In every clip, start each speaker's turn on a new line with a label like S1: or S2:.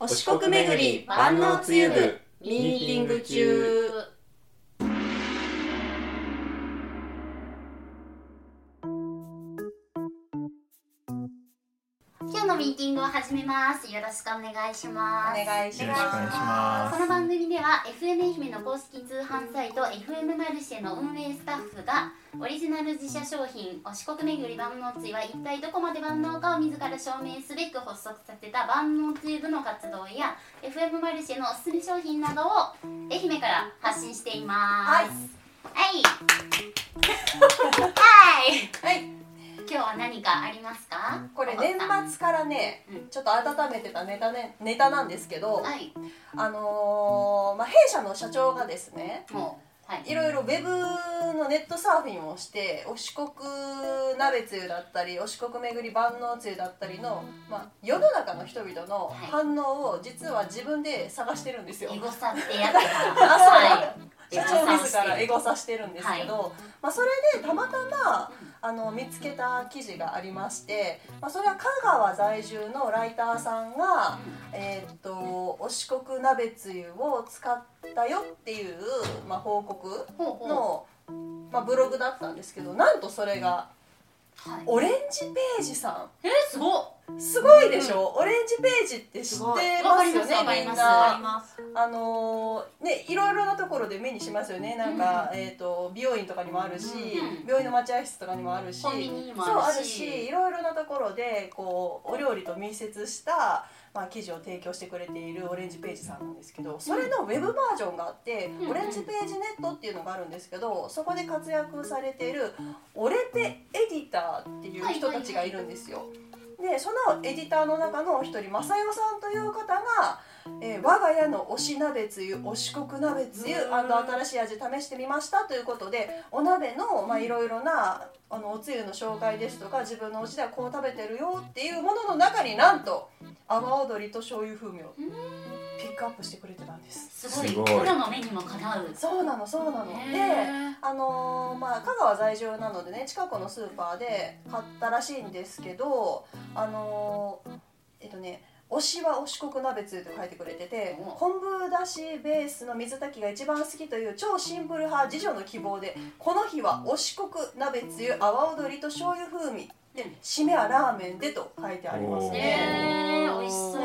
S1: お四国巡り万能つゆ部ミーティング中
S2: 今日のミーティングを始めますよろしくお願いします
S3: お願いし
S4: よろしくお願いしま
S2: この番組では FM 愛媛の公式通販サイト FM マルシェの運営スタッフがオリジナル自社商品お四国巡り万能つゆは一体どこまで万能かを自ら証明すべく発足させた万能つゆ部の活動や FM マルシェのおすすめ商品などを愛媛から発信しています
S3: はい
S2: はい はい
S3: はい
S2: 今日は何かありますか
S3: これ年末からね
S2: うん
S3: ちょっと温めてたネタ,、ね、ネタなんですけど
S2: はい
S3: あのーまあ、弊社の社長がですね
S2: もうはい
S3: いろいろウェブのネットサーフィンをしてお四国鍋つゆだったりお四国巡り万能つゆだったりの、まあ、世の中の人々の反応を実は自分で探してるんですよ
S2: エゴサってやつがはい
S3: 社長自らエゴサしてるんですけど、まあ、それでたまたまあの見つけた記事がありまして、まあ、それは香川在住のライターさんが、えーっとお四国鍋つゆを使ったよっていう、まあ、報告
S2: ほうほう
S3: の、まあ、ブログだったんですけどなんとそれが
S2: はい、
S3: オレンジページさ
S2: えー、すごっ
S3: んすごいでしょ、オレンジページって知ってますよ
S2: すごいわかり
S3: ね
S2: ま
S3: みん
S2: すわかります
S3: な
S2: り。
S4: ます。
S3: あのーね、いろいろなところで目にしますよねなんか、えー、と美容院とかにもあるし、
S2: うん
S3: 病院の待合室とかにもあるし
S2: コンビニにも
S3: そう
S2: あ
S3: あ
S2: る
S3: る
S2: し
S3: しいろいろなところでこうお料理と密接した、まあ、記事を提供してくれているオレンジページさんなんですけどそれのウェブバージョンがあって、
S2: うん
S3: オレンジページネットっていうのがあるんですけどそこで活躍されているオレペエディターっていう人たちがいるんですよ。でそのエディターの中の一人正代さんという方が、えー我が家の推し鍋つゆ推し国鍋つゆ新しい味試してみましたということでお鍋のまあいろいろなあのおつゆの紹介ですとか自分の推しではこう食べてるよっていうものの中になんと阿波踊りと醤油風味をピックアップしてくれてたんです。
S2: すごい
S4: すごい
S2: プロの目にもかなう
S3: そうなのそうなので
S2: へ
S3: あのーまあ、香川在住なのでね近くのスーパーで買ったらしいんですけどあのーえっとね推しはお四国鍋つゆと書いてくれてて
S2: お
S3: 昆布だしベースの水炊きが一番好きという超シンプル派次女の希望でこの日はお四国鍋つゆ阿波踊りと醤油風味で締めはラーメンでと書いてあります
S2: ー
S3: ね。
S2: ねえ美味しそう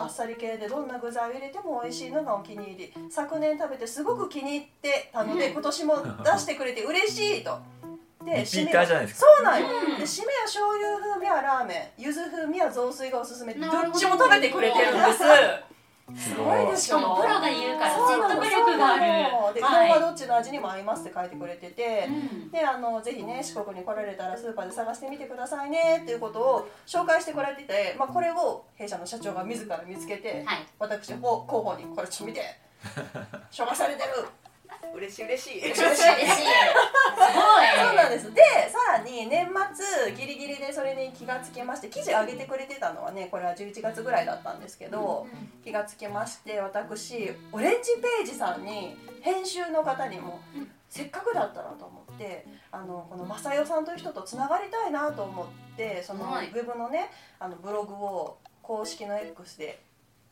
S3: あっさり系でどんな具材を入れても美味しいのがお気に入り昨年食べてすごく気に入ってたので今年も出してくれて嬉しいと。で
S4: リピーターじゃないです
S3: そうなんよ、
S2: うん
S3: で締めは醤油風味はラーメン柚子風味は雑炊がおすすめど
S2: な
S3: っ
S2: るほど
S3: ちも食べてくれてるんです
S4: す
S3: すごいで
S2: し
S3: し
S2: か
S3: ょ
S2: もプロが言うから
S3: そうな
S2: 説
S3: の
S2: 得力があ
S3: そうなの
S2: る
S3: でうどん
S2: はい
S3: はどっちの味にも合いますって書いてくれてて、
S2: うん
S3: であのぜひね四国に来られたらスーパーで探してみてくださいねっていうことを紹介してくれてて、まあ、これを弊社の社長が自ら見つけて、
S2: はい
S3: 私ほう広報にこれち ょっと見て紹介されてる嬉しい嬉しい嬉しい
S2: 嬉しい 嬉しいすごい
S3: そうなんですでさらに年末ギリギリでそれに気がつきまして記事上げてくれてたのはねこれは11月ぐらいだったんですけど、
S2: う
S3: 気がつきまして私オレンジページさんに編集の方にも、
S2: うん
S3: せっかくだったらと思ってあのこの正代さんという人とつながりたいなと思ってそのウ
S2: はい
S3: ェブのねあのブログを公式の X で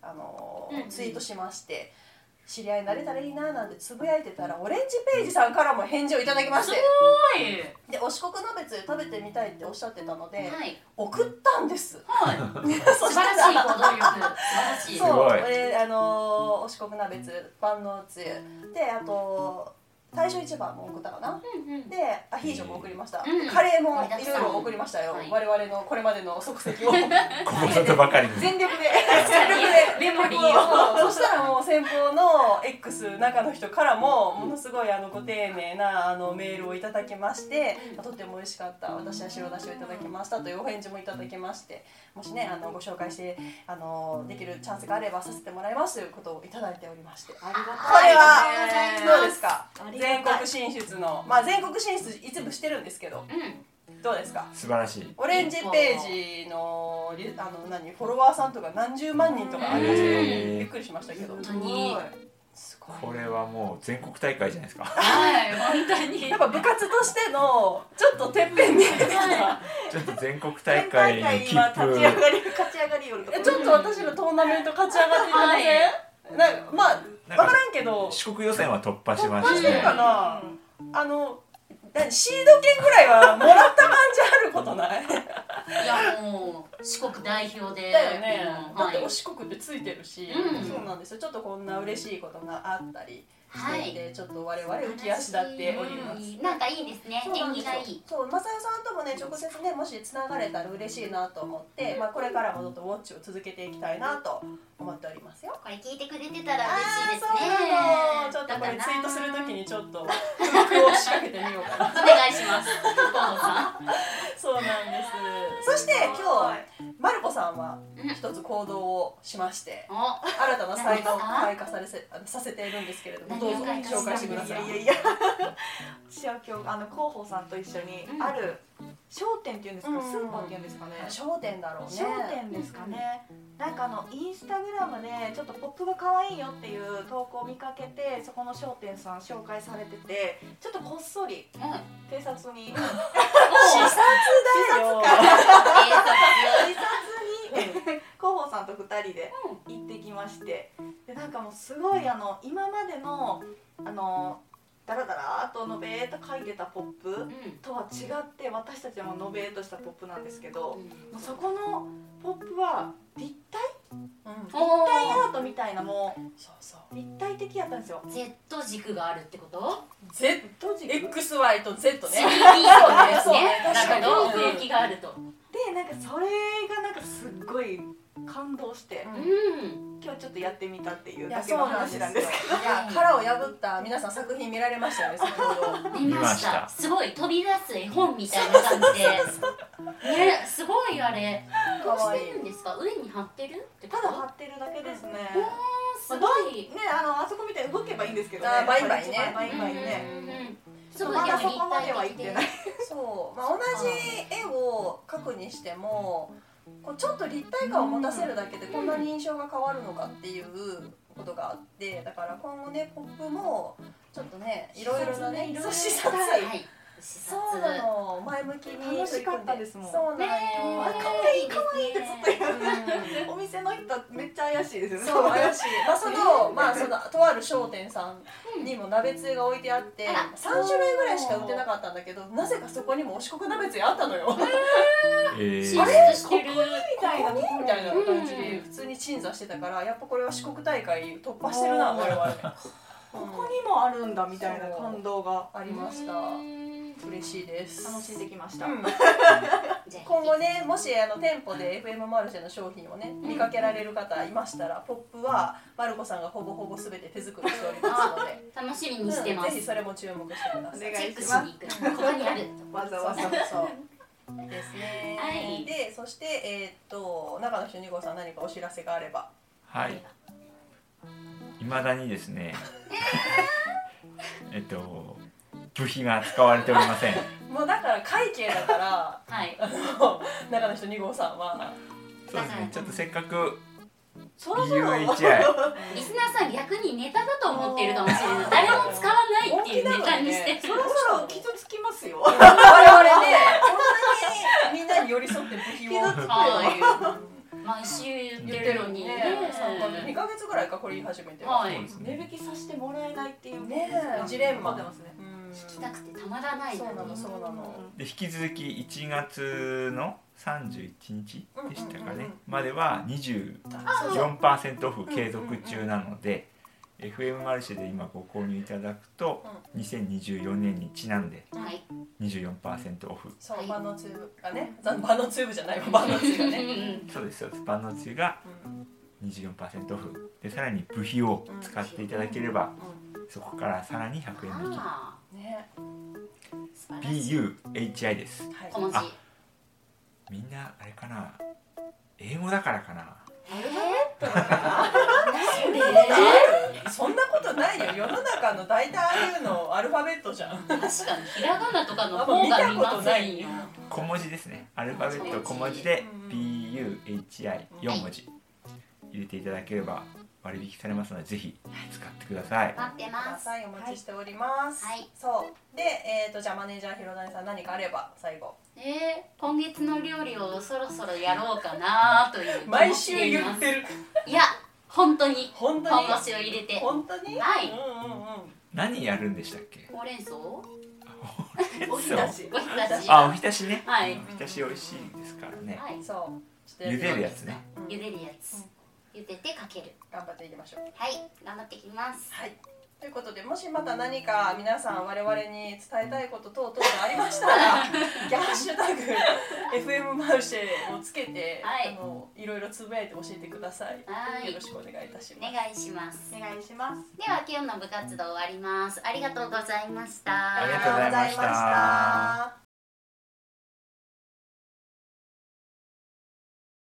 S3: あの
S2: うんうん
S3: ツイートしまして。知り合いになれたらいいななんてつぶやいてたらオレンジページさんからも返事をいただきまして
S2: んす
S3: でお四国鍋つゆ食べてみたいっておっしゃってたので、
S2: ごいはい
S3: 送ったんです
S2: はい
S3: 素
S2: 素晴らしい行動力素晴らしい
S4: す
S3: そう
S4: ごい
S3: 俺あのーお四国鍋つゆ万能つゆであと大正市場も送ったかな
S2: うんうん
S3: でアヒージョも送りました、
S2: うん
S3: カレーも
S2: 盛りだく
S3: い
S2: さん
S3: ろいろ送りましたよ、
S2: はい
S3: 我々のこれまでの足跡を
S4: ここぞとばかりに。
S3: 全力で
S2: 確かにメモリーを
S3: そうそしたらもう先方の X 中の人からもものすごいあのご丁寧なあのメールをいただきましてとても美味しかった私は白だしをいただきましたというお返事もいただきましてもしねあのご紹介してあのできるチャンスがあればさせてもらいますということをいただいておりましてこ
S2: ありがとうござい
S3: れは
S2: ます
S3: どうですか全国進出のまあ全国進出一部してるんですけど
S2: うん
S3: どうですか
S4: 素晴らしい。
S3: オレンジページのリあの何フォロワーさんとか何十万人とかありましたよ
S2: うん
S3: びっくりしましたけど
S2: 本当に
S3: すごいすご
S4: こ
S3: い
S4: れはもう全国大会じゃないですか
S1: はい本当に
S3: やっぱ部活としてのちょっとてっぺんに出てきた
S4: ちょっと全国大会
S3: 県大
S4: に
S3: 会
S4: 切
S3: は 立ち上
S4: 符
S3: がり勝ち上がりよるとえちょっと私のトーナメント勝ち上がっていただけ、なんかまあ
S4: な
S3: 分
S4: んか
S3: からんけど
S4: 四国予選は突破しま
S3: 突破
S4: し
S3: しててるかな、あの何シード権ぐらいはもらった感じあることない
S2: いやもう四国代表で
S3: だよね、
S2: うん
S3: だっ
S2: は
S3: て
S2: い
S3: お四国ってついてるし、
S2: うん
S3: そうなんですよちょっとこんな嬉しいことがあったり
S2: は
S3: してい
S2: い
S3: て、ちょっと我々浮き足立っております、
S2: うんなんかいいですね
S3: そうな
S2: 縁
S3: んで
S2: 起が
S3: すよ
S2: いい
S3: そう、マサヨさんともね、直接ね、もし繋がれたら嬉しいなと思って、まあ、これからもずっとウォッチを続けていきたいなと思っておりますよ。
S2: これ聞いてくれてたら
S3: あ
S2: 嬉しい
S3: ー
S2: で
S3: そうなの。ち
S2: す
S3: ょ
S2: ね
S3: っとこれツイートするとき
S2: に
S3: に、ちょっと、フックを仕掛けてみよう かな。
S2: お願いし ます河野さん
S3: そうなんです。そして、今日、マルコさんは
S2: うん、
S3: 一つ行動をしまして。
S2: お
S3: 新たなサイトを
S2: 何
S3: 開花されせ、あのさせている今日させているんですけれども、どう
S2: 何
S3: ぞ
S2: を開花
S3: 紹介してください。
S1: いやいやいや私は今日あの広報さんと一緒に
S2: うん
S1: ある商店っていうんですか、
S3: うん
S1: スーパーっていうんですかね、
S3: 商店だろうね。
S1: 商店ですかね、なんかあのインスタグラムでちょっとポップが可愛いよっていう投稿を見かけてそこの商店さん紹介されててちょっとこっそり
S2: うんお
S1: 偵察に視
S3: 視察だよ。
S1: 察に 広報さんと2人で行ってきましてでなんかもうすごいあの今までのあのダラダラーっとのべーっと書いてたポップ
S2: う
S1: とは違って私たちものべーっとしたポップなんですけ
S2: ん
S1: ど
S2: うん
S1: もうそこのポップは立体
S3: うん、
S2: おお
S1: 立体アートみたいなも
S3: そうそう。
S1: う立体的やったんですよ。
S2: Z 軸があるってこと
S3: Z
S1: 閉じで
S3: XY と Z
S2: そう
S3: ね。
S2: ね
S3: そうね
S2: なんかどう雰囲気があると
S1: なんかそれがなんかすっごい感動して
S2: うん
S1: 今日ちょっとやってみたっていうだけの話なんですけ
S3: いや殻を破った皆さん作品見られましたよね。先ほど。
S2: 見ました
S4: 見ました
S2: すごい飛び出す絵本みたいな感じでねすごいあれどうしてるんですか上に貼ってるって
S1: ど
S2: こ
S1: た
S2: と
S1: だ貼ってるだけですね。
S2: すごい
S1: ねあのあそこみたいに動けばいいんですけどね。
S3: あーバイバイね
S1: バイバイね。
S2: うんうんうんす
S1: ちょっ
S2: ごい
S1: とまだ
S2: でも
S1: そこまでは行ってない。
S3: そう。まあ同じ絵を描くにしても、こうちょっと立体感を持たせるだけでこんなに印象が変わるのかっていうことがあって、だから今後ねポップもちょっとねいろいろなね
S1: 視察ね
S3: そう視
S2: は
S3: 察。
S2: い視察
S3: そうなの前向きに取り組んで
S1: 楽しかったですもん
S3: そうなのよ
S2: ねえ
S3: 可愛い
S2: 可愛いですね
S1: ずっと言お店の人めっちゃ怪しいですよね。
S3: そう怪しい。まあそのまあそのとある商店さんにも鍋つゆが置いてあって、
S2: あら
S3: 三種類ぐらいしか売ってなかったんだけど、なぜかそこにもお四国鍋つゆあったのよ。
S4: え
S2: 進
S4: ー
S2: 出してる
S1: みたいな
S3: ここにみたいな感じで
S2: うん
S3: 普通に鎮座してたから、やっぱこれは四国大会突破してるな
S1: おー
S3: 我々。
S1: ここにもあるんだみたいな感動が
S3: ありました。
S2: うん
S3: 嬉しいです。
S1: 楽しんできました。
S3: うん
S2: じゃあ
S3: 今後ねもしあの店舗で FM マルシェの商品をね見かけられる方いましたら、ポップはマルコさんがほぼほぼ全て手作りしておりますので。
S2: 楽しみにしてます
S3: ぜひそれも注目してください。
S1: お
S2: チ
S1: 願
S2: ェ
S1: い
S2: ッ
S1: し
S2: ク
S1: ま
S2: し
S1: す
S2: に行くここにある
S1: わざ わざ。
S3: そうですね。
S2: はい
S3: で、そしてえーっと中野人二号さん何かお知らせがあれば。
S4: はいいまだにですね えっと部費が使われておりません
S3: もうだから会計だから
S2: はい
S3: あの中野人二号さんは
S4: そうですねちょっとせっかく
S1: そろそ ろ
S4: EUHI
S2: リスナーさん逆にネタだと思ってるかもしれない誰も使わないっていうネタにして
S1: そろそろ傷つきますよ。
S3: 我々ねこんなにみんなに寄り添って部費を。
S1: 傷つく
S2: はい
S3: うん
S2: 毎週言って
S3: 言って
S2: る
S3: る
S2: の
S3: の
S2: に
S3: に
S2: ね
S3: ね。三ヶ月二ヶ月ぐらいかこれ言い始めて。
S2: はい
S4: そうです
S1: 値
S4: ね
S1: 引きさせてもらえないっていう
S3: ねえジレンマ
S1: 出ますね。
S3: うん
S2: 聞きたくてたまらない
S3: そうな
S2: の
S3: の
S2: に
S3: そうなの。
S4: で引き続き1月の31日でした
S3: う
S4: か
S3: んうんうんう
S4: ね
S3: ん
S4: までは20
S3: あそうそう
S4: 4%オフ継続中なので、FM マルシェで今ご購入いただくと、2024年にちなんで
S2: はい
S4: 24%オフ
S3: そう万能ツーブがね、万能ツーブじゃないわ万能ツーブがね。
S4: そうですそうです万能つゆが
S3: うん
S4: 24%オフでさらに部費を使っていただければそこからさらに100円引
S2: あ
S3: うんね、
S2: ー素晴らしい
S4: き BUHI です
S3: はい
S2: 小文字
S4: あみんなあれかな英語だからかな
S2: えー
S3: そんなことないよ世の中の大体ああいうのアルファベットじゃん
S2: なんで確かにひらがなとかの方が見ませんよ
S4: 小文字ですねアルファベット小文字で BUHI4 文字入れていただければ割引されますのでぜひ使ってください。
S2: 待って
S3: く
S2: ま
S3: だ
S2: す
S3: さいお待ちしております、
S2: はい
S3: そうでえっ、とじゃあマネージャー広谷さん何かあれば最後
S2: えー、今月の料理をそろそろやろうかなという
S3: 毎週言って
S2: る
S3: る
S2: いや本当に
S3: 本当
S2: 本
S3: に
S2: 腰を入れて
S3: 本当に
S2: はい
S3: うんうんうん
S4: 何やるんでしたっけ？
S2: ほうれん草お
S1: おひたし
S2: ひたし
S4: あ、おひたしね。
S2: はい
S4: おひたし美味しいですからね。
S2: はい
S3: そうちょっとやってみます
S4: 茹でるやつね。
S3: うん
S2: 茹でるやつ茹でてかける
S3: 頑張っていきましょう
S2: はい頑張ってきます
S3: はいということでもしまた何か皆さん我々に伝えたいこと等々がありまし たら「ハッシュタグ #FM マルシェ」をつけて、
S2: はい
S3: あのいろいろつぶやいて教えてください
S2: はい
S3: よろしくお願いいたし
S2: お
S3: ます
S2: 願いします
S1: お願いします
S2: では今日の部活動終わりますありがとうございました
S4: ありがとうございま
S3: ありがとうござい
S4: した
S3: ました